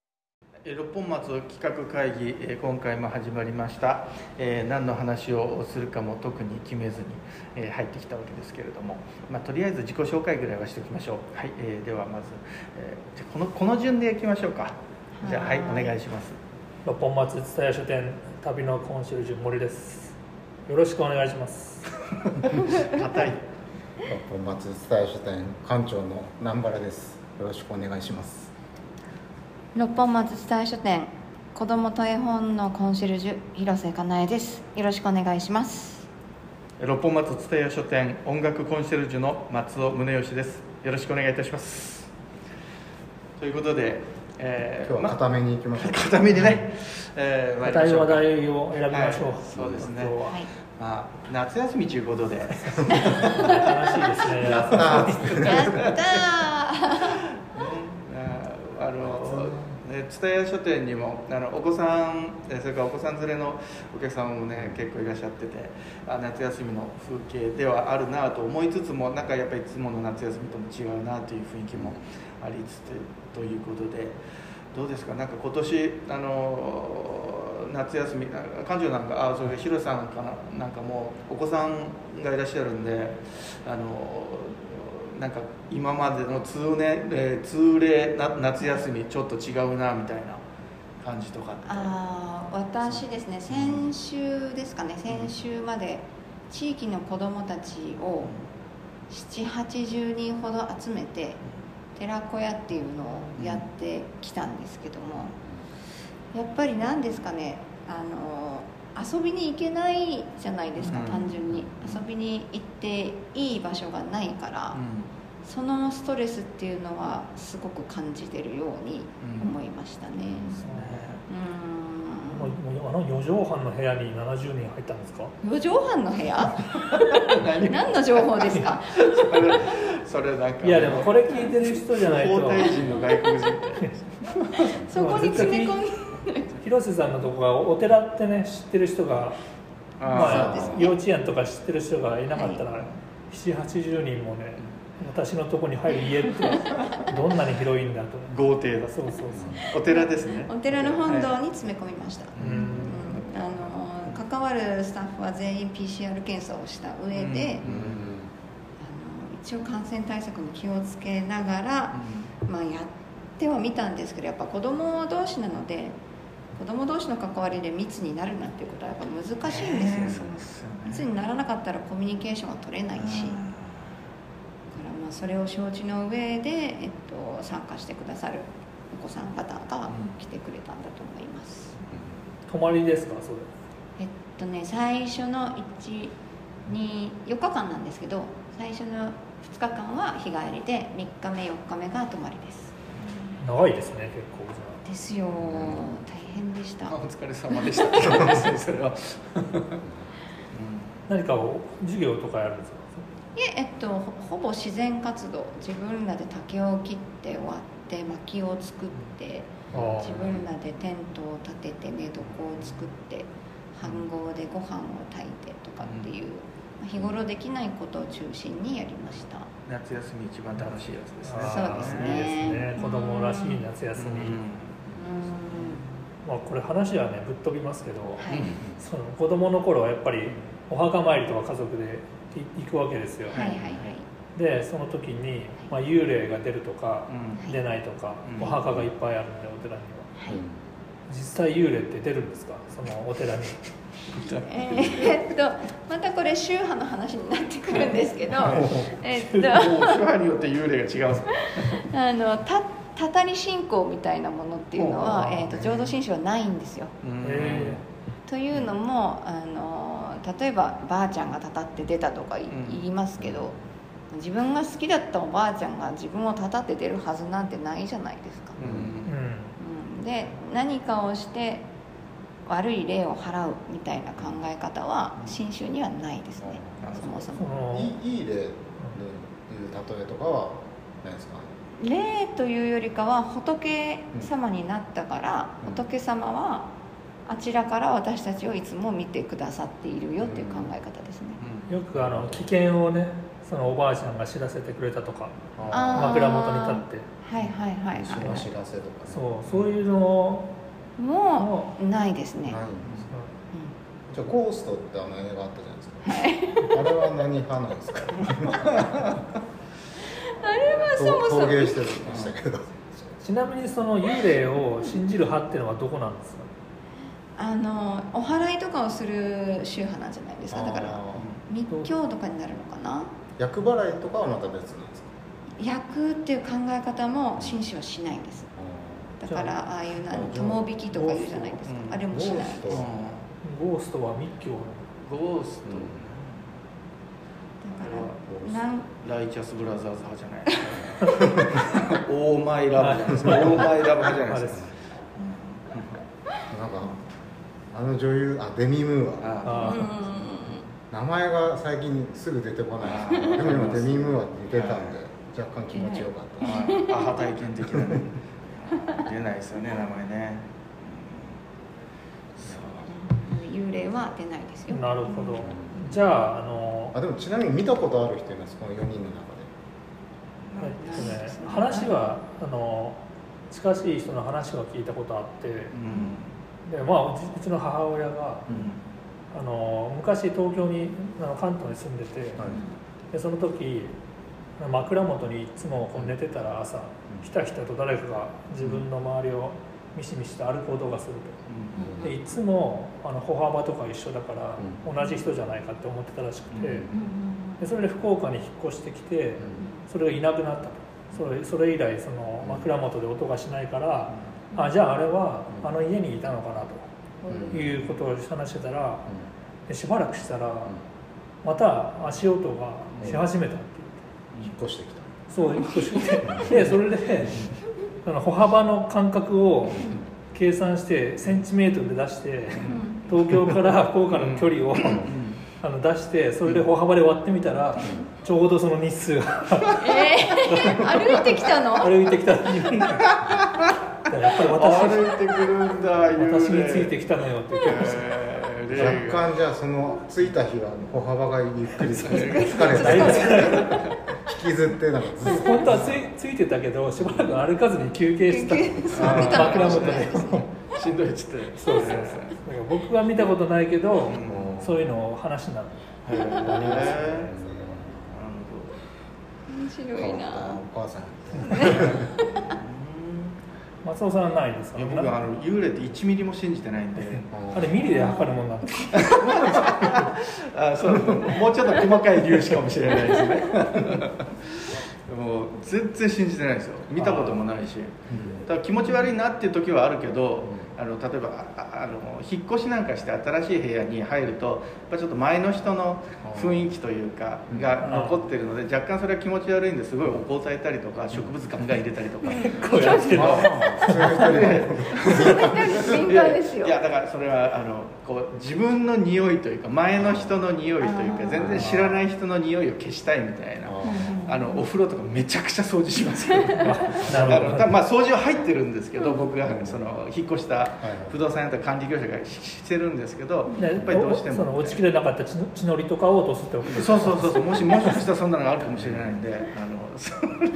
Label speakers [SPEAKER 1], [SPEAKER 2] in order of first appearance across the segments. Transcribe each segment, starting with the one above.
[SPEAKER 1] えー六本松企画会議、えー今回も始まりました、えー何の話をするかも特に決めずに、えー入ってきたわけですけれども、まあ、とりあえず自己紹介ぐらいはしておきましょう、はいえーではまず、えーじゃあこのこの順でいきましょうかじゃあはい
[SPEAKER 2] はーい
[SPEAKER 1] お願いします
[SPEAKER 3] 六本松蔦屋書店旅のコンシェルジュ森ですよろしくお願いします
[SPEAKER 1] 硬い
[SPEAKER 4] 六本松伝え書店館長の南原ですよろしくお願いします
[SPEAKER 2] 六本松伝え書店子どもと絵本のコンシェルジュ広瀬かなえですよろしくお願いします
[SPEAKER 1] 六本松蔦屋書店音楽コンシェルジュの松尾宗義ですよろしくお願いいたしますということで、え
[SPEAKER 4] 今日は
[SPEAKER 1] ま
[SPEAKER 4] 固めに行きましょ う、
[SPEAKER 1] 固めでね、えー参り
[SPEAKER 3] 硬
[SPEAKER 1] ま
[SPEAKER 3] い
[SPEAKER 1] しょ
[SPEAKER 3] 話
[SPEAKER 1] うか
[SPEAKER 3] 題を選びましょう、
[SPEAKER 1] はいそうですね
[SPEAKER 3] 今日は
[SPEAKER 2] はい
[SPEAKER 1] まあ、夏休みということで、ね、
[SPEAKER 3] 楽しいですね
[SPEAKER 4] やったーっつって
[SPEAKER 2] やった
[SPEAKER 1] ああの、ね、蔦屋書店にもあのお子さんえそれからお子さん連れのお客様もね結構いらっしゃっててあ夏休みの風景ではあるなと思いつつもなんかやっぱりいつもの夏休みとも違うなという雰囲気もありつつということでどうですかなんか今年あの夏休みあ館長なんかあそれからヒロさんかななんかもお子さんがいらっしゃるんであのなんか今までの通年、えー通例な夏休みちょっと違うなみたいな感じとかって
[SPEAKER 2] あー私ですね先週ですかね先週まで地域の子どもたちを780人ほど集めて寺子屋っていうのをやってきたんですけどもやっぱり何ですかねあの遊びに行けないじゃないですか、
[SPEAKER 1] うん
[SPEAKER 2] 単純に遊びに行っていい場所がないから、
[SPEAKER 1] うん
[SPEAKER 2] そのストレスっていうのはすごく感じてるように思いましたね、うー
[SPEAKER 3] も
[SPEAKER 2] ん
[SPEAKER 3] うもうあの四畳半の部屋に70人入ったんですか
[SPEAKER 2] 四畳半の部屋
[SPEAKER 1] 何
[SPEAKER 2] 何の情報ですか
[SPEAKER 1] それそれなんか
[SPEAKER 3] いやでもこれ聞いてる人じゃない
[SPEAKER 1] 皇
[SPEAKER 3] と
[SPEAKER 1] 太子の外国人
[SPEAKER 2] そこに詰め込み
[SPEAKER 3] 広瀬さんのとこがお寺ってね知ってる人が
[SPEAKER 2] そ
[SPEAKER 3] ま
[SPEAKER 2] う
[SPEAKER 3] あ
[SPEAKER 2] ですね
[SPEAKER 3] 幼稚園とか知ってる人がいなかったら、780人もね私のとこに入る家ってどんなに広いんだと
[SPEAKER 1] 豪邸だ
[SPEAKER 3] そうそうそう
[SPEAKER 1] お寺ですね
[SPEAKER 2] お寺の本堂に詰め込みました、
[SPEAKER 3] うん
[SPEAKER 2] うんあの関わるスタッフは全員 PCR 検査をした上で、
[SPEAKER 1] うん
[SPEAKER 4] うん
[SPEAKER 2] あの一応感染対策に気をつけながら、まあ、やってはみたんですけどやっぱ子供同士なので子供同士の関わりで密になるなんていうことはやっぱ難しいん
[SPEAKER 1] ねえ
[SPEAKER 2] です
[SPEAKER 1] そう
[SPEAKER 2] よ、
[SPEAKER 1] ですよね
[SPEAKER 2] 密にならなかったらコミュニケーションは取れないし、だからまあそれを承知の上で、えっと、参加してくださるお子さん方が来てくれたんだと思います、
[SPEAKER 3] 泊まりですかそれ
[SPEAKER 2] えっとね最初の124日間なんですけど最初の2日間は日帰りで3日目4日目が泊まりです
[SPEAKER 3] 長いですね結構じ
[SPEAKER 2] ですよ大変でした
[SPEAKER 1] あお疲れ様でしたって感じですねそれは、
[SPEAKER 3] ゃあ何かを授業とかやるんですか
[SPEAKER 2] いええっとほほぼ自然活動自分らで竹を切って割って薪を作って
[SPEAKER 3] あー
[SPEAKER 2] 自分らでテントを立てて寝床を作って飯盒でご飯を炊いてとかっていう、まあ日頃できないことを中心にやりました
[SPEAKER 1] 夏休み一番楽しいやつですね
[SPEAKER 3] あー
[SPEAKER 2] そうですね
[SPEAKER 3] いいですね子供らしい夏休み、
[SPEAKER 2] う
[SPEAKER 3] まあ、これ話はねぶっ飛びますけど、
[SPEAKER 2] ーんはい
[SPEAKER 3] その子供の頃はやっぱりお墓参りとか家族でい行くわけですよ、
[SPEAKER 2] はいはいはい
[SPEAKER 3] でその時に、まあ、幽霊が出るとか
[SPEAKER 1] う、ん
[SPEAKER 3] 出ないとか、
[SPEAKER 1] うん
[SPEAKER 3] お墓がいっぱいあるんでお寺には
[SPEAKER 2] はい
[SPEAKER 3] 実際幽霊って出るんですかそのお寺に
[SPEAKER 2] えーっとまたこれ宗派の話になってくるんですけどえ
[SPEAKER 1] も
[SPEAKER 2] ー
[SPEAKER 1] う
[SPEAKER 2] っ
[SPEAKER 1] 宗派によって幽霊が違うんです
[SPEAKER 2] とあのたたたり信仰みたいなものっていうのは
[SPEAKER 3] お、ー
[SPEAKER 2] えーっと浄土真宗はないんですよ
[SPEAKER 3] え
[SPEAKER 2] というのもあの例えばばあちゃんがたたって出たとかい
[SPEAKER 1] うん
[SPEAKER 2] 言いますけど、自分が好きだったおばあちゃんが自分をたたって出るはずなんてないじゃないですか、
[SPEAKER 1] う
[SPEAKER 3] うんん
[SPEAKER 2] うんで何かをして悪い霊を払うみたいな考え方は信州にはないですね
[SPEAKER 1] あ
[SPEAKER 2] そもそ
[SPEAKER 3] そ
[SPEAKER 2] も
[SPEAKER 3] の
[SPEAKER 4] いいいい例でいう例えとかはないですか
[SPEAKER 2] 霊というよりかは仏様になったから、
[SPEAKER 4] うん
[SPEAKER 2] 仏様はあちらから私たちをいつも見てくださっているよっていう考え方ですね、
[SPEAKER 3] よくあの危険をねそのおばあちゃんが知らせてくれたとか
[SPEAKER 2] あー
[SPEAKER 3] 枕元に立って
[SPEAKER 2] はいはいはいはい
[SPEAKER 4] 虫の知らせとかね
[SPEAKER 3] そうそういうのを
[SPEAKER 2] もうないですね、
[SPEAKER 4] な
[SPEAKER 3] そ
[SPEAKER 4] い
[SPEAKER 2] うん
[SPEAKER 4] じゃあゴーストってあの映画あったじゃないですか、あれは何派なんですか
[SPEAKER 2] あれはそもそ
[SPEAKER 4] と
[SPEAKER 2] も
[SPEAKER 4] 陶芸してましたけど、
[SPEAKER 3] うちなみにその幽霊を信じる派っていうのはどこなんですか
[SPEAKER 2] あのお祓いとかをする宗派なんじゃないですかだから
[SPEAKER 4] あ
[SPEAKER 2] 密教とかになるのかな
[SPEAKER 4] ー厄払いとかはまた別なんですか
[SPEAKER 2] 焼くっていう考え方も紳士はしないんですだか
[SPEAKER 3] じゃ
[SPEAKER 2] らああいうな
[SPEAKER 4] あじゃあ
[SPEAKER 2] 友引きとか言うじゃないですか、
[SPEAKER 1] うん
[SPEAKER 2] あれもしないです
[SPEAKER 4] ゴースト
[SPEAKER 3] ゴーストは密教
[SPEAKER 1] ゴースト、
[SPEAKER 2] だからなん
[SPEAKER 1] ライチャスブラザーズ派じゃないですかオーマイラブじゃないですかオーマイラブ派じゃないですか
[SPEAKER 4] うんなんかあの女優あデミ・ムーア
[SPEAKER 1] あ
[SPEAKER 3] あ
[SPEAKER 2] う
[SPEAKER 3] ー
[SPEAKER 2] ん
[SPEAKER 4] 名前が最近すぐ出てこないですけどでも今デミ・ムーアって出 たんで若干気持ちよかったです
[SPEAKER 1] ーアハ体験的なね出ないですよね名前ね
[SPEAKER 2] 幽霊は出ないですよ
[SPEAKER 3] なるほどじゃああの
[SPEAKER 4] あでもちなみに見たことある人いますこの4人の中
[SPEAKER 3] は
[SPEAKER 4] で
[SPEAKER 3] い
[SPEAKER 2] ないですね
[SPEAKER 3] 話はあの近しい人の話は聞いたことあって
[SPEAKER 1] うん
[SPEAKER 3] で、まあ、うちうちの母親が
[SPEAKER 1] うん
[SPEAKER 3] あの昔東京にあの関東に住んでて、
[SPEAKER 4] はい
[SPEAKER 3] でその時枕元にいつもこう寝てたら朝ひたひたと誰かが自分の周りをミシミシと歩く音がするとでいつもあの歩幅とか一緒だから、同じ人じゃないかって思ってたらしくて、
[SPEAKER 1] うん
[SPEAKER 2] うんうん
[SPEAKER 3] でそれで福岡に引っ越してきて、それがいなくなったとそれそれ以来その枕元で音がしないから、あじゃああれは
[SPEAKER 4] うん
[SPEAKER 3] あの家にいたのかなと
[SPEAKER 4] うん
[SPEAKER 3] いうことを話してたらでしばらくしたらまた足音がし始めたって
[SPEAKER 4] 引っ越してきた
[SPEAKER 3] 言って、そう引っ越してでそれであの歩幅の間隔を計算してセンチメートルで出して
[SPEAKER 2] うん
[SPEAKER 3] 東京から福岡の距離をあの出してそれで歩幅で割ってみたらちょうどその日数が
[SPEAKER 2] えー、歩いてきたの
[SPEAKER 3] 歩いてきた自分がやっぱり私
[SPEAKER 1] 歩いてくるんだ幽霊
[SPEAKER 3] 私についてきたのよって言ってました
[SPEAKER 1] えー霊が
[SPEAKER 4] 若干じゃあその着いた日は歩幅がゆっくりですね疲れ
[SPEAKER 3] だいぶ
[SPEAKER 4] て引きずってなんかず っと
[SPEAKER 3] 本当はついついてたけどしばらく歩かずに休憩してた
[SPEAKER 2] 休憩座ってたのか
[SPEAKER 3] 枕
[SPEAKER 2] もし
[SPEAKER 3] 元
[SPEAKER 2] れない
[SPEAKER 3] で
[SPEAKER 2] ですね
[SPEAKER 1] しんどいっつって
[SPEAKER 3] そうそうそうだから僕は見たことないけど、
[SPEAKER 1] うん
[SPEAKER 3] そういうのを話になる
[SPEAKER 1] へーなる
[SPEAKER 2] 面白いな
[SPEAKER 4] お母さん
[SPEAKER 1] ほどうん
[SPEAKER 3] 松尾さんはないですか
[SPEAKER 1] いや僕あの幽霊って1ミリも信じてないんで
[SPEAKER 3] あれミリで測るもんなんです
[SPEAKER 1] あそうもうちょっと細かい粒子かもしれないですねもう全然信じてないですよ見たこともないしだから気持ち悪いなっていう時はあるけど、あの例えばああの引っ越しなんかして新しい部屋に入るとやっぱちょっと前の人の雰囲気というか
[SPEAKER 4] うん
[SPEAKER 1] が
[SPEAKER 3] うん
[SPEAKER 1] 残ってるので若干それは気持ち悪いんですごいお香焚いたりとか植物ガンガン入れたりとか。
[SPEAKER 3] こうやってる
[SPEAKER 4] まあ
[SPEAKER 3] の
[SPEAKER 4] まあ普通の人でも
[SPEAKER 2] 敏感ですよ
[SPEAKER 1] いやいやだからそれはあのこう自分の匂いというか前の人の匂いという
[SPEAKER 2] あ
[SPEAKER 1] か
[SPEAKER 2] ー
[SPEAKER 1] 全然知らない人の匂いを消したいみたいな
[SPEAKER 2] うん
[SPEAKER 1] あのお風呂とかめちゃくちゃ掃除します よあ
[SPEAKER 3] なる
[SPEAKER 1] の
[SPEAKER 3] ほ
[SPEAKER 1] た
[SPEAKER 3] ど
[SPEAKER 1] まあ掃除は入ってるんですけど僕がその引っ越した
[SPEAKER 4] い
[SPEAKER 1] 不動産屋とか管理業者がししてるんですけど
[SPEAKER 3] で
[SPEAKER 1] やっぱりどうして
[SPEAKER 3] その
[SPEAKER 1] も
[SPEAKER 3] 落ちきれなかった血の血のりとかを落とすってことです
[SPEAKER 1] そうそうそうそうもしもしかしたらそんなのがあるかもしれないんであのそう
[SPEAKER 4] めっ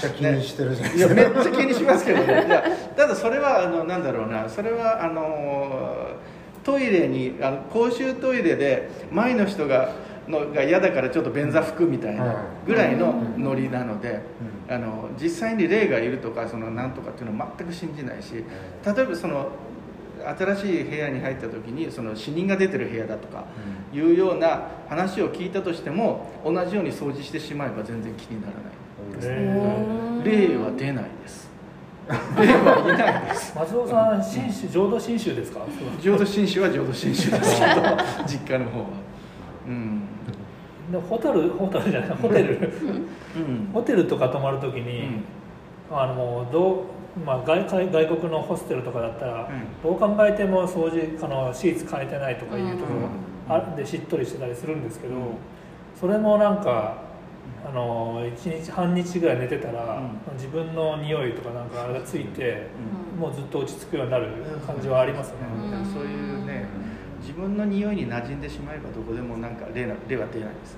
[SPEAKER 4] ちゃ気にしてるじゃない
[SPEAKER 1] い
[SPEAKER 4] です
[SPEAKER 1] や
[SPEAKER 4] か
[SPEAKER 1] めっちゃ気にしますけどねいやただそれはあのなんだろうなそれはあのトイレにあの公衆トイレで前の人がのが嫌だからちょっと便座拭くみたい
[SPEAKER 4] は
[SPEAKER 1] ないぐらいのノリなので、あの実際に霊がいるとかそのなんとかっていうのは全く信じないし例えばその新しい部屋に入った時にその死人が出てる部屋だとかいうような話を聞いたとしても同じように掃除してしまえば全然気にならない。
[SPEAKER 3] え
[SPEAKER 1] 霊は出ないです霊はいないです
[SPEAKER 3] ー松尾さん信州浄土真宗ですか
[SPEAKER 1] 浄土真宗は浄土真宗ですけど実家の方はうん
[SPEAKER 3] でホテルホテルじゃないホテル
[SPEAKER 1] うん
[SPEAKER 3] ホテルとか泊まるとき
[SPEAKER 1] う
[SPEAKER 3] に、
[SPEAKER 1] ん
[SPEAKER 3] あのもうどう、まあ、外外外国のホステルとかだったら、
[SPEAKER 1] うん
[SPEAKER 3] どう考えても掃除あのシーツ変えてないとかいうとこ
[SPEAKER 1] うん
[SPEAKER 3] ろあるんでしっとりしてたりするんですけど、
[SPEAKER 1] うん
[SPEAKER 3] それもなんかあの1日半日ぐらい寝てたら、
[SPEAKER 1] う
[SPEAKER 3] 自分の匂いとかなんかあれがついて、
[SPEAKER 2] うん
[SPEAKER 3] もうずっと落ち着くようになる感じはありますね、
[SPEAKER 1] うんそういうね自分の匂いに馴染んでしまえばどこでもなんか霊な霊は出ないです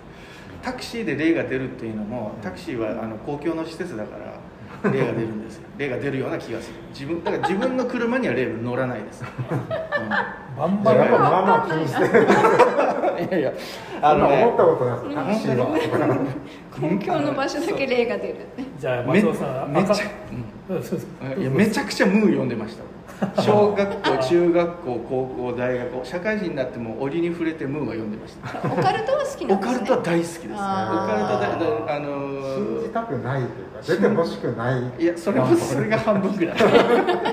[SPEAKER 1] タクシーで霊が出るっていうのもタクシーはあの公共の施設だから霊が出るんですよ霊が出るような気がする自分だから自分の車には霊乗らないです、う
[SPEAKER 3] バンバン
[SPEAKER 4] まあ
[SPEAKER 1] やばい
[SPEAKER 4] まあまあ気にして
[SPEAKER 1] んいやいや
[SPEAKER 4] あ
[SPEAKER 1] あの
[SPEAKER 4] の、
[SPEAKER 1] ね
[SPEAKER 4] 思ったことないタクシーは
[SPEAKER 2] 公共の場所だけ霊が出るって
[SPEAKER 3] じゃあ
[SPEAKER 1] め
[SPEAKER 3] 松尾さん
[SPEAKER 1] め
[SPEAKER 3] 赤
[SPEAKER 1] ちゃ、うん
[SPEAKER 3] そうそう
[SPEAKER 1] いやめちゃくちゃムー読んでました 小学校中学校高校大学社会人になっても折に触れてムーは読んでました
[SPEAKER 2] オカルトは好きな
[SPEAKER 1] オ
[SPEAKER 2] んで
[SPEAKER 1] カ
[SPEAKER 2] す
[SPEAKER 1] ル
[SPEAKER 2] ね
[SPEAKER 1] トは大好きですオカルト
[SPEAKER 2] あ
[SPEAKER 3] ー
[SPEAKER 1] は大あのー
[SPEAKER 4] 信じたくないというか出てほしくない
[SPEAKER 1] いやそれもそれが半分ぐらい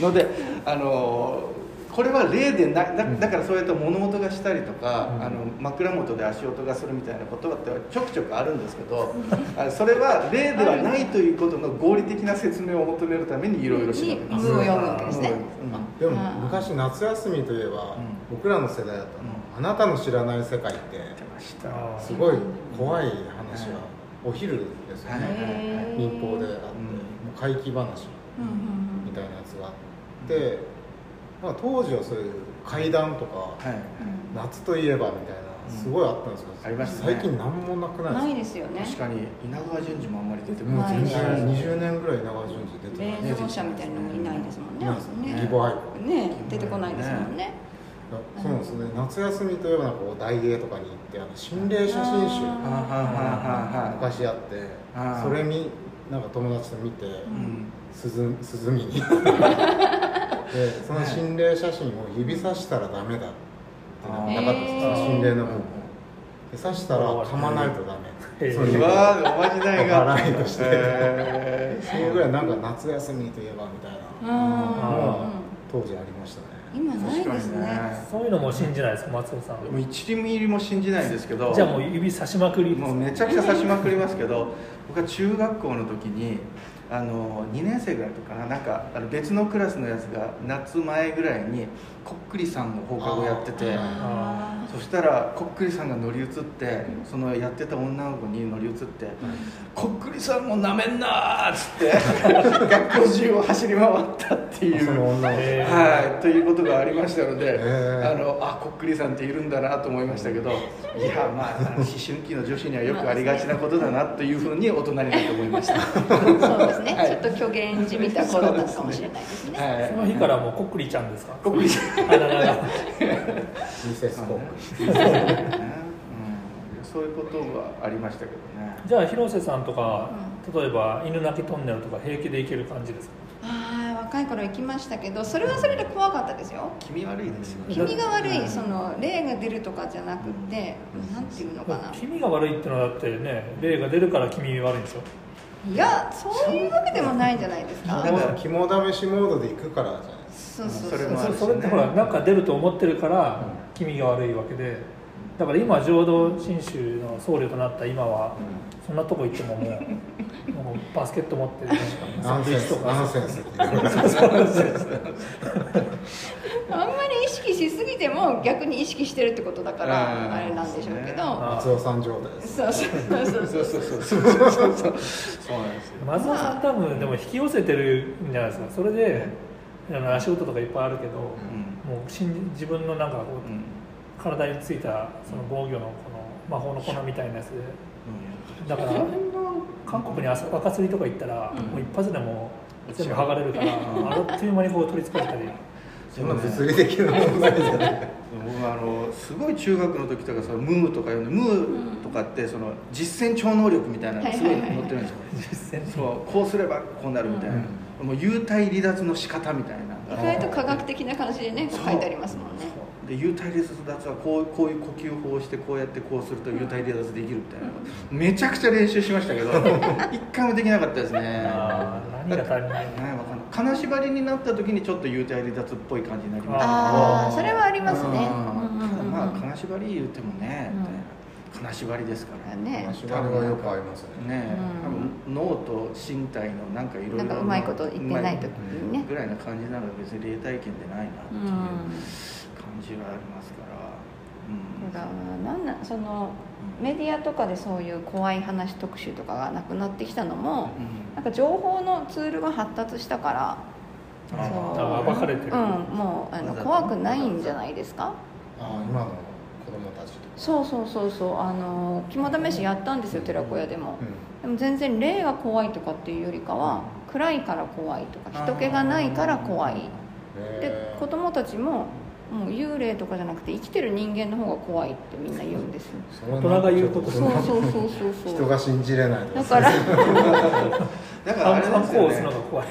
[SPEAKER 1] のであのこれは例でないだだからそうやって物音がしたりとか、
[SPEAKER 4] うん
[SPEAKER 1] あの枕元で足音がするみたいなことってちょくちょくあるんですけ どあそれは例ではないということの合理的な説明を求めるためにいろいろ調べ
[SPEAKER 2] に
[SPEAKER 1] ます。
[SPEAKER 2] 文を読むわけですね
[SPEAKER 1] うん
[SPEAKER 4] でも昔夏休みといえば、
[SPEAKER 1] う
[SPEAKER 4] 僕らの世代だ
[SPEAKER 1] う
[SPEAKER 4] と、あなたの知らない世界って
[SPEAKER 1] 出ました
[SPEAKER 3] あ
[SPEAKER 4] すごい怖い話は
[SPEAKER 1] は
[SPEAKER 4] お昼ですよ
[SPEAKER 1] はい
[SPEAKER 4] ね、
[SPEAKER 2] へー
[SPEAKER 4] 民放であって、もう怪奇話
[SPEAKER 2] うんうんうん
[SPEAKER 4] みたいなやつがあって、まあ、当時はそういう怪談とか、
[SPEAKER 1] はい
[SPEAKER 2] うん
[SPEAKER 4] 夏といえばみたい
[SPEAKER 1] うん
[SPEAKER 4] なすごいあったんですけど、
[SPEAKER 1] ありましたね
[SPEAKER 4] 最近何もなくな
[SPEAKER 2] ないい
[SPEAKER 4] で
[SPEAKER 2] ですよね
[SPEAKER 1] 確かに稲川淳二もあんまり出て
[SPEAKER 4] す
[SPEAKER 1] こな
[SPEAKER 4] かもう
[SPEAKER 1] い
[SPEAKER 4] 全
[SPEAKER 1] です
[SPEAKER 4] 然
[SPEAKER 2] な
[SPEAKER 1] ね
[SPEAKER 4] 20年ぐらい長順次出てない
[SPEAKER 2] 霊能者みたいなのもいないですもんね
[SPEAKER 4] いないですよね
[SPEAKER 2] ね
[SPEAKER 4] 義母愛子
[SPEAKER 2] ね出てこないですもんね
[SPEAKER 4] そうなんですね、夏休みといえばなんかこう大英とかに行ってあの心霊写真集
[SPEAKER 1] はあはあはあはあ
[SPEAKER 4] 昔あって
[SPEAKER 1] あー
[SPEAKER 4] それになんか友達と見て
[SPEAKER 1] うん
[SPEAKER 4] 涼涼みにでその心霊写真を指さしたらダメだってなんかなかったんですよ
[SPEAKER 2] へー
[SPEAKER 4] 心霊の部分で刺したら噛まないとダ
[SPEAKER 3] へ
[SPEAKER 4] メ
[SPEAKER 3] ー
[SPEAKER 4] そういうう
[SPEAKER 1] わーおまじないが
[SPEAKER 4] 笑いとして
[SPEAKER 1] えー
[SPEAKER 4] そういうぐらいなんか夏休みといえばみたい
[SPEAKER 2] うん
[SPEAKER 4] な
[SPEAKER 3] あ
[SPEAKER 4] 当時ありましたね
[SPEAKER 2] 今ないです
[SPEAKER 1] 確か
[SPEAKER 2] ね
[SPEAKER 1] に
[SPEAKER 3] そういうのも信じないですか松尾さん
[SPEAKER 1] もう一ミリも信じないんですけど
[SPEAKER 3] じゃあもう指差しまくりです
[SPEAKER 1] もうめちゃくちゃ刺しまくりますけど僕は中学校の時にあの2年生ぐらいの時かななんかあの別のクラスのやつが夏前ぐらいにこっくりさんの放課後やってて
[SPEAKER 2] あ
[SPEAKER 1] そしたらこっくりさんが乗り移ってそのやってた女の子に乗り移って「こっくりさんもなめんな!」っつって学校中を走り回ったってい
[SPEAKER 4] その
[SPEAKER 1] う。
[SPEAKER 4] 女の子
[SPEAKER 3] へ
[SPEAKER 1] はい、ということがありましたので、
[SPEAKER 4] ー
[SPEAKER 1] あのあこっくりさんっているんだなと思いましたけど、いや、まあ、あの思春期の女子にはよくありがちなことだなというふうに大人になって思いました。
[SPEAKER 2] ーそうですね
[SPEAKER 1] はい
[SPEAKER 2] ちょっと虚言じみた子だったかもしれないですね
[SPEAKER 1] はい
[SPEAKER 3] その日からもうこっくりちゃんですか
[SPEAKER 1] こっくりさん
[SPEAKER 3] あららら
[SPEAKER 4] ミセス コーク
[SPEAKER 1] うんそういうことがありましたけどね。
[SPEAKER 3] じゃあ広瀬さんとか、例えば犬鳴きトンネルとか平気で行ける感じですか
[SPEAKER 2] ああ若い頃行きましたけどそれはそれで怖かったですよ
[SPEAKER 1] 気味悪いですよね。
[SPEAKER 2] 気味が悪いその霊が出るとかじゃなくてなんていうのかな
[SPEAKER 3] 気味が悪いってのはだってね霊が出るから気味悪いんでしょ
[SPEAKER 2] いやそういうわけでもないんじゃないですか
[SPEAKER 1] なんか
[SPEAKER 4] 肝試しモードで行くからじゃないですか
[SPEAKER 2] そうそ
[SPEAKER 1] そ
[SPEAKER 2] う
[SPEAKER 1] れ
[SPEAKER 2] そ
[SPEAKER 1] もあ
[SPEAKER 2] う
[SPEAKER 1] る
[SPEAKER 3] そ
[SPEAKER 1] し
[SPEAKER 3] それってほら
[SPEAKER 1] ね
[SPEAKER 3] なんか出ると思ってるから気味が悪いわけでだから今浄土真宗の僧侶となった今はそんなとこ行ってももうもうバスケット持って
[SPEAKER 4] ナ
[SPEAKER 3] サン
[SPEAKER 4] ン
[SPEAKER 3] ドイッ
[SPEAKER 4] セン
[SPEAKER 3] チ
[SPEAKER 4] ス
[SPEAKER 3] と
[SPEAKER 4] ナン
[SPEAKER 3] か
[SPEAKER 4] センスっていうか
[SPEAKER 2] あんまり意識しすぎても逆に意識してるってことだか
[SPEAKER 1] う
[SPEAKER 2] ら
[SPEAKER 1] ん
[SPEAKER 2] あれなんでしょうけど
[SPEAKER 3] あ
[SPEAKER 4] 松尾さん状態です
[SPEAKER 2] そうそうそう
[SPEAKER 1] そ
[SPEAKER 2] そう
[SPEAKER 1] そ
[SPEAKER 2] うそうう
[SPEAKER 1] そうそうそうそうそうそうなんですよ。
[SPEAKER 3] 松尾さん多分でも引き寄せてるんじゃないですかそれであの足音とかいっぱいあるけど、
[SPEAKER 1] うん
[SPEAKER 3] もう信じ自分のなんかこう、
[SPEAKER 1] うん
[SPEAKER 3] 体についたその防御のこの魔法の粉みたいなやつでだから韓国に朝赤釣りとか行ったら、
[SPEAKER 2] うん
[SPEAKER 3] もう一発でもう全部剥がれるから、あっという間にこう取りつかれたり
[SPEAKER 4] そんな物理的な問題じゃない
[SPEAKER 1] 僕はあのすごい中学の時とかそのムーとか呼んでムーとかってその実践超能力みたいなのがすごい載ってるんですよ、
[SPEAKER 3] 実 践
[SPEAKER 1] そうこうすればこうなるみたいな、もう幽体離脱の仕方みたいな
[SPEAKER 2] 意外と科学的な感じでねこう書いてありますもんね
[SPEAKER 1] そうで幽体離脱はこうこういう呼吸法をしてこうやってこうすると幽体離脱できるみたい な、めちゃくちゃ練習しましたけど一回もできなかったですね
[SPEAKER 3] あー何が足
[SPEAKER 1] ねわかん
[SPEAKER 3] りない
[SPEAKER 1] ない金縛りになった時にちょっと幽体離脱っぽい感じになりましたけど
[SPEAKER 2] ああそれはありますね
[SPEAKER 1] うん
[SPEAKER 2] うんうん
[SPEAKER 1] ただ
[SPEAKER 2] う
[SPEAKER 1] ま
[SPEAKER 2] ん
[SPEAKER 1] あ金縛り言ってもね、
[SPEAKER 2] うん
[SPEAKER 1] みたいな金縛りですからね
[SPEAKER 2] ね
[SPEAKER 4] 足割れはよく合いますね
[SPEAKER 1] ね、
[SPEAKER 2] う
[SPEAKER 1] 多分脳と身体のなんかいろいろ
[SPEAKER 2] なんかうまいこと言ってない時にね
[SPEAKER 1] ぐらいな感じなので別に霊体験でないなって
[SPEAKER 2] う
[SPEAKER 1] いうん感じはあります
[SPEAKER 2] だ
[SPEAKER 1] か
[SPEAKER 2] か
[SPEAKER 1] ら
[SPEAKER 2] らなんなんそのメディアとかでそういう怖い話特集とかがなくなってきたのも
[SPEAKER 1] うん、うん
[SPEAKER 2] なんか情報のツールが発達したから
[SPEAKER 1] あ
[SPEAKER 2] そう
[SPEAKER 3] あ暴かれてる
[SPEAKER 2] うんもうあの怖くないんじゃないですか
[SPEAKER 4] ああ今の子供たちと
[SPEAKER 2] そうそうそうそうあの肝試しやったんですよ寺子屋でも、
[SPEAKER 4] う
[SPEAKER 2] でも全然霊が怖いとかっていうよりかは暗いから怖いとか人気がないから怖い
[SPEAKER 4] んね
[SPEAKER 2] で子供たちももう幽霊とかじゃなくて生きてる人間の方が怖いってみんな言うんですよ
[SPEAKER 4] それは
[SPEAKER 3] 大人が言うこと
[SPEAKER 2] そうそうそうそうそう
[SPEAKER 4] 人が信じれないと
[SPEAKER 2] だから
[SPEAKER 1] だからあ
[SPEAKER 3] 反
[SPEAKER 1] れなんです
[SPEAKER 3] 抗
[SPEAKER 1] よ
[SPEAKER 3] を押すの
[SPEAKER 1] ね
[SPEAKER 3] が怖い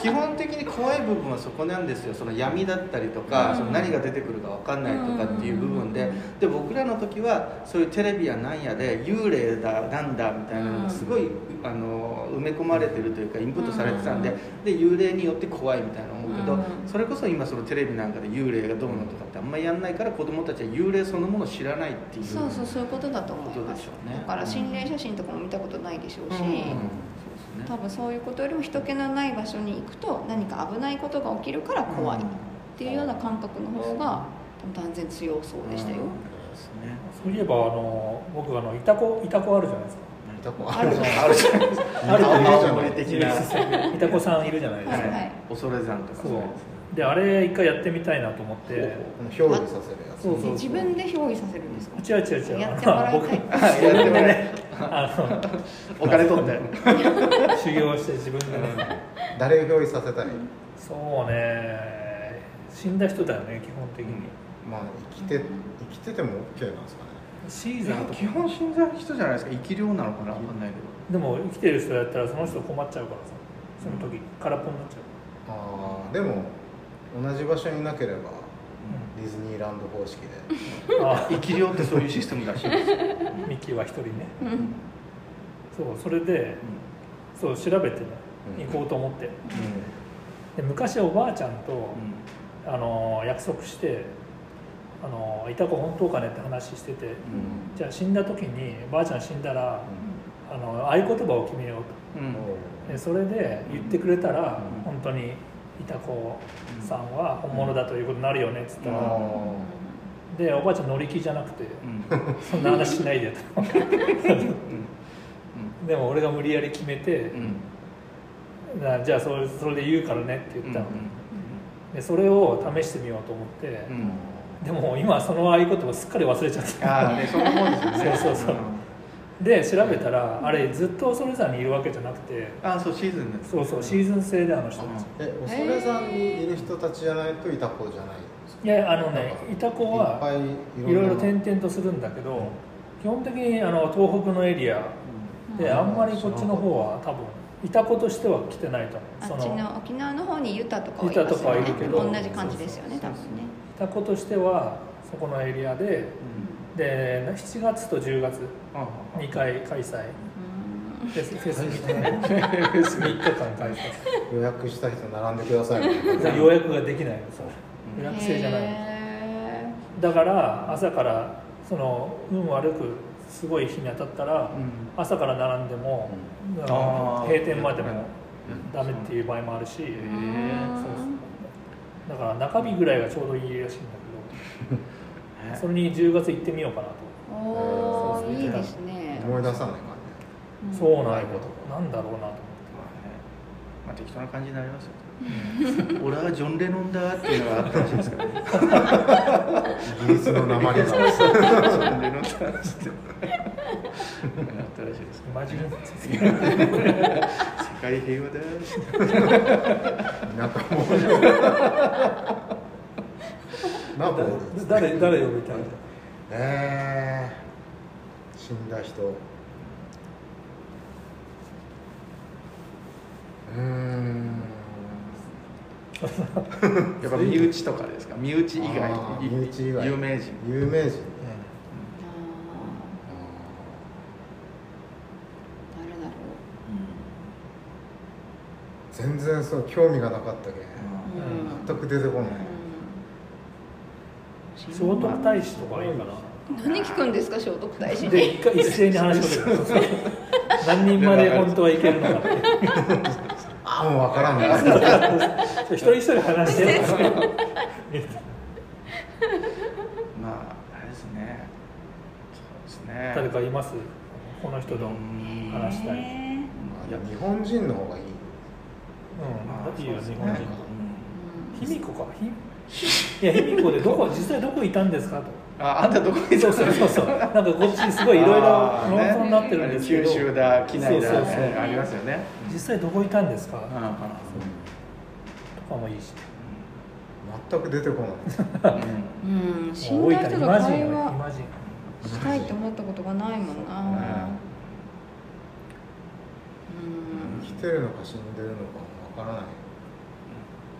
[SPEAKER 1] 基本的に怖い部分はそこなんですよその闇だったりとか、
[SPEAKER 2] うん
[SPEAKER 1] その何が出てくるか分かんないとかっていう部分で、
[SPEAKER 2] うん
[SPEAKER 1] で僕らの時はそういうテレビやなんやで幽霊だなんだみたいなのがすごい、あの埋め込まれてるというかインプットされてたんで,、
[SPEAKER 2] うん
[SPEAKER 1] で幽霊によって怖いみたいな思うけど、
[SPEAKER 2] うん
[SPEAKER 1] それこそ今そのテレビなんかで幽霊がどうのとかってあんまりやんないから子供たちは幽霊そのものを知らないっていう。
[SPEAKER 2] そうそうそういうことだと思い
[SPEAKER 1] こと
[SPEAKER 2] ま
[SPEAKER 1] ですしょうね
[SPEAKER 2] だから心霊写真とかも見たことないでしょうし、
[SPEAKER 1] うんうんうんそうです
[SPEAKER 2] 多
[SPEAKER 1] ね
[SPEAKER 2] 分そういうことよりも人気のない場所に行くと何か危ないことが起きるから怖いっ
[SPEAKER 1] うん
[SPEAKER 2] ていうような感覚の方が多分断然強そうでした
[SPEAKER 1] そ
[SPEAKER 2] よ、
[SPEAKER 1] うですね
[SPEAKER 3] そういえばあの僕あのいたこいたこあるじゃないですか
[SPEAKER 4] 見たこ
[SPEAKER 1] あるじゃないあるじゃないですか
[SPEAKER 3] あるといいじ
[SPEAKER 1] 青
[SPEAKER 3] ゃ
[SPEAKER 1] 森的な
[SPEAKER 3] ないたこさんいるじゃないです
[SPEAKER 2] は
[SPEAKER 3] か、
[SPEAKER 2] いはい
[SPEAKER 1] 恐山とか
[SPEAKER 3] そ
[SPEAKER 1] そう
[SPEAKER 3] うであれ一回やってみたいなと思っ
[SPEAKER 1] です
[SPEAKER 3] て
[SPEAKER 1] ね
[SPEAKER 4] 憑依させるやつ
[SPEAKER 3] そうそう
[SPEAKER 2] え自分で憑依させるんですか
[SPEAKER 3] 違う違う違う
[SPEAKER 2] やってもらいたい
[SPEAKER 1] やってもね
[SPEAKER 3] あ
[SPEAKER 1] お金取って
[SPEAKER 3] の 修行して自分でね
[SPEAKER 4] 誰を憑依させたい
[SPEAKER 3] そうね死んだ人だよね基本的に
[SPEAKER 4] まあ生きて生きてても OK なんですかね
[SPEAKER 3] シーズンとか
[SPEAKER 1] 基本死んだ人じゃないですか生き量なのかな分かんないけど
[SPEAKER 3] でも生きてる人やったらその人困っちゃうからさその時空っぽになっちゃう、
[SPEAKER 4] ああでも同じ場所にいなければディズニーランド方式で
[SPEAKER 3] あ
[SPEAKER 1] 生き量ってそういうシステムらしいですよ、
[SPEAKER 3] あミキは一人ね
[SPEAKER 2] うん
[SPEAKER 3] そうそれでそう調べてね
[SPEAKER 4] うん
[SPEAKER 3] 行こうと思ってで昔おばあちゃんと、あの約束してあのいた子本当かねって話しててじゃあ死んだ時にばあちゃん死んだらあの合言葉を決めよう
[SPEAKER 1] うんうんうん
[SPEAKER 3] とでそれで言ってくれたら、
[SPEAKER 1] うん
[SPEAKER 3] 本当にいた子さんは本物だということになるよねっつった
[SPEAKER 4] あ
[SPEAKER 3] ら、でおばあちゃん乗り気じゃなくて、
[SPEAKER 1] うん
[SPEAKER 3] そんな話しないで とでも俺が無理やり決めて
[SPEAKER 1] う、ん
[SPEAKER 3] なじゃあそれそれで言うからねって言ったの、
[SPEAKER 1] う
[SPEAKER 3] でそれを試してみようと思って、
[SPEAKER 1] んうん
[SPEAKER 3] でも今その合言葉すっかり忘れちゃって
[SPEAKER 1] ああねそんなもんですよね
[SPEAKER 3] そうそうそうんで調べたらあれずっと恐山にいるわけじゃなくて
[SPEAKER 1] ああそうシーズンです
[SPEAKER 3] そうそうシーズン制であの人たち
[SPEAKER 4] え恐山にいる人たちじゃないといた子じゃない
[SPEAKER 3] いやあのねいた子
[SPEAKER 4] いっぱ
[SPEAKER 3] はいいろいろ
[SPEAKER 4] な
[SPEAKER 3] 転々とするんだけど、基本的にあの東北のエリアで、あんまりこっちの方は多分いた子としては来てないと
[SPEAKER 2] あっ
[SPEAKER 3] 思う
[SPEAKER 2] ち
[SPEAKER 3] そのい
[SPEAKER 2] の沖縄の方にユタとかはいますよね
[SPEAKER 3] ユタとかはいるけど
[SPEAKER 2] 同じ感じですよね多分ね
[SPEAKER 3] た子としてはそこのエリアでで7月と10月2回開催
[SPEAKER 2] うん
[SPEAKER 3] フェスフェスみたい な3日間開催
[SPEAKER 4] 予約した人並んでくださいみたいな
[SPEAKER 3] で予約ができないのそう
[SPEAKER 1] うん
[SPEAKER 3] 予約制じゃない
[SPEAKER 2] へ
[SPEAKER 3] だから朝からその運悪くすごい日に当たったら、朝から並んでも、あ
[SPEAKER 1] あ
[SPEAKER 3] の
[SPEAKER 1] ー
[SPEAKER 3] 閉店までもダメっていう場合もあるし、
[SPEAKER 2] ー
[SPEAKER 1] ー
[SPEAKER 3] そうだから中日ぐらいがちょうどいいらしいんだけどそれに10月行ってみようかなと、
[SPEAKER 2] お
[SPEAKER 3] そう
[SPEAKER 2] ーいいですね
[SPEAKER 4] 思い出さない感
[SPEAKER 2] ん
[SPEAKER 3] そうなんよ
[SPEAKER 4] ないこ
[SPEAKER 3] なんだろうなと思って
[SPEAKER 1] まあ適当な感じになりますよ、俺はジョン・レノンだっていうのがあったらしいですからね
[SPEAKER 4] じイギリスの鉛が
[SPEAKER 1] ジョン・レノンだってあったらしいです
[SPEAKER 3] マジで
[SPEAKER 1] 世界平和だ
[SPEAKER 4] 田舎もナポ
[SPEAKER 3] 誰誰呼びたい
[SPEAKER 4] えー、死んだ人うーん
[SPEAKER 1] やっぱ身内とかですか身内以外
[SPEAKER 4] あー身内以外
[SPEAKER 1] 有名人
[SPEAKER 4] 有名人ね
[SPEAKER 2] あー誰だろ
[SPEAKER 4] 全然そう興味がなかった
[SPEAKER 2] う
[SPEAKER 4] けん
[SPEAKER 2] うん
[SPEAKER 4] 全く出てこない
[SPEAKER 3] 聖徳太子とかいいか
[SPEAKER 2] 何聞くんですか聖徳太子
[SPEAKER 3] な
[SPEAKER 2] に
[SPEAKER 3] で一回一斉に話しかけてくる何人まで本当はいけるのかって
[SPEAKER 4] あもう分から んな
[SPEAKER 3] 一人一人話して
[SPEAKER 1] まああれですねそうですね
[SPEAKER 3] 誰かいますこの人
[SPEAKER 1] う
[SPEAKER 3] の、
[SPEAKER 1] ん
[SPEAKER 3] 話したい
[SPEAKER 2] へ
[SPEAKER 1] いや
[SPEAKER 4] 日本人の方がいい
[SPEAKER 1] まあ
[SPEAKER 3] うん、いいよ
[SPEAKER 1] そうですね
[SPEAKER 3] 日本人
[SPEAKER 1] うん
[SPEAKER 2] ー
[SPEAKER 3] 卑弥呼かひいや卑弥呼でどこ実際どこいたんですかと
[SPEAKER 1] ああんたどこに
[SPEAKER 3] そうそうそうそうなんかこっちすごいいろいろ論争になってるんですけど、
[SPEAKER 1] 九州だ機内だ
[SPEAKER 3] そうそうそう
[SPEAKER 1] ねありますよね
[SPEAKER 3] 実際どこいたんですか、
[SPEAKER 1] うんうん
[SPEAKER 3] とかもいいし
[SPEAKER 4] 全く出てこない
[SPEAKER 1] うん
[SPEAKER 2] うん死ん
[SPEAKER 3] もう
[SPEAKER 2] だ人と
[SPEAKER 3] イマジン
[SPEAKER 2] 会
[SPEAKER 3] よイ
[SPEAKER 2] 話
[SPEAKER 3] マジン
[SPEAKER 2] したいと思ったことがないも
[SPEAKER 1] そ
[SPEAKER 2] ん
[SPEAKER 1] う
[SPEAKER 2] な
[SPEAKER 1] ね
[SPEAKER 2] うん
[SPEAKER 4] 生きてるのか死んでるのかわからない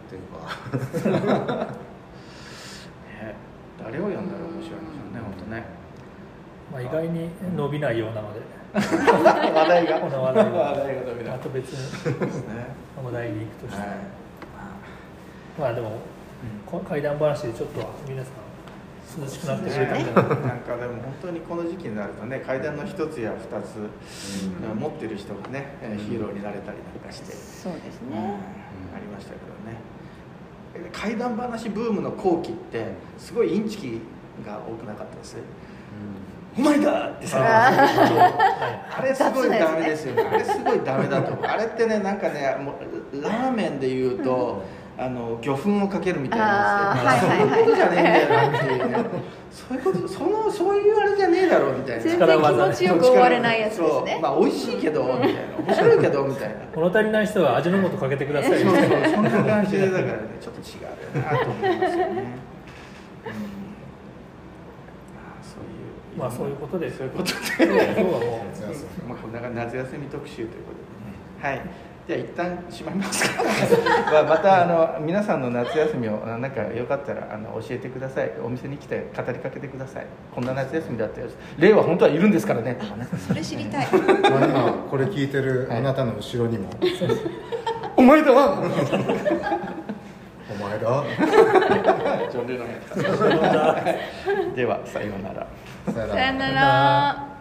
[SPEAKER 4] っていうか
[SPEAKER 1] ね誰を呼んだら面白いんでしょうね本当ね
[SPEAKER 3] まあ、意外に伸びないようなので
[SPEAKER 1] 話題が
[SPEAKER 3] この話題が
[SPEAKER 1] 話題が飛び出
[SPEAKER 3] あ
[SPEAKER 1] す
[SPEAKER 3] と別に
[SPEAKER 1] ですね
[SPEAKER 3] お題に行くとして、
[SPEAKER 1] はい
[SPEAKER 3] まあでもこ怪談話でちょっとは皆さん涼しくなってくれたんじ
[SPEAKER 1] な
[SPEAKER 3] ゃなんい
[SPEAKER 1] かでも本当にこの時期になるとね階段の一つや二つ、
[SPEAKER 4] うん
[SPEAKER 1] 持ってる人がね、えーヒーローになれたりなんかして、
[SPEAKER 2] そうです
[SPEAKER 1] うん
[SPEAKER 2] ね
[SPEAKER 1] ありましたけどねえ怪談話ブームの後期ってすごいインチキが多くなかったです「お前だ!」ってさ
[SPEAKER 3] は
[SPEAKER 1] あれすごいダメですよね。あれすごいダメだと 思う。あれってねなんかねもうラーメンで言うと。あの魚粉をかけるみたいなんですけど、
[SPEAKER 2] あーはいはいはい
[SPEAKER 1] そういうことじゃねえんだよなっていうねそういうことそのそういうあれじゃねえだろうみたいな
[SPEAKER 2] 全然気持ちよく終われないやつです
[SPEAKER 1] そう
[SPEAKER 2] ね
[SPEAKER 1] まあ美味しいけどみたいな面白いけどみたいな
[SPEAKER 3] い物足りない人は味の素かけてください
[SPEAKER 1] そ
[SPEAKER 3] よ
[SPEAKER 1] うそうそんな感じでだからねちょっと違 うよなと思いますよね、うん、あーそういう
[SPEAKER 3] まあそういうことで
[SPEAKER 1] そういうことで
[SPEAKER 3] 今日はも
[SPEAKER 4] 夏休み
[SPEAKER 1] まあ、こんな感じで夏休み特集ということでね。はい。じゃあ一旦閉まります か。まあまたあの皆さんの夏休みをあなんかよかったらあの教えてください。お店に来て語りかけてください。こんな夏休みだったよ。例は本当はいるんですからね。とかね
[SPEAKER 2] それ知りたい
[SPEAKER 4] まあ今これ聞いてるあなたの後ろにも
[SPEAKER 1] お前だ。
[SPEAKER 4] 「お前だ
[SPEAKER 1] ジョンレノンやった
[SPEAKER 3] う
[SPEAKER 1] ではさようなら。
[SPEAKER 4] さよ
[SPEAKER 2] さよな
[SPEAKER 3] な
[SPEAKER 2] ら
[SPEAKER 3] ら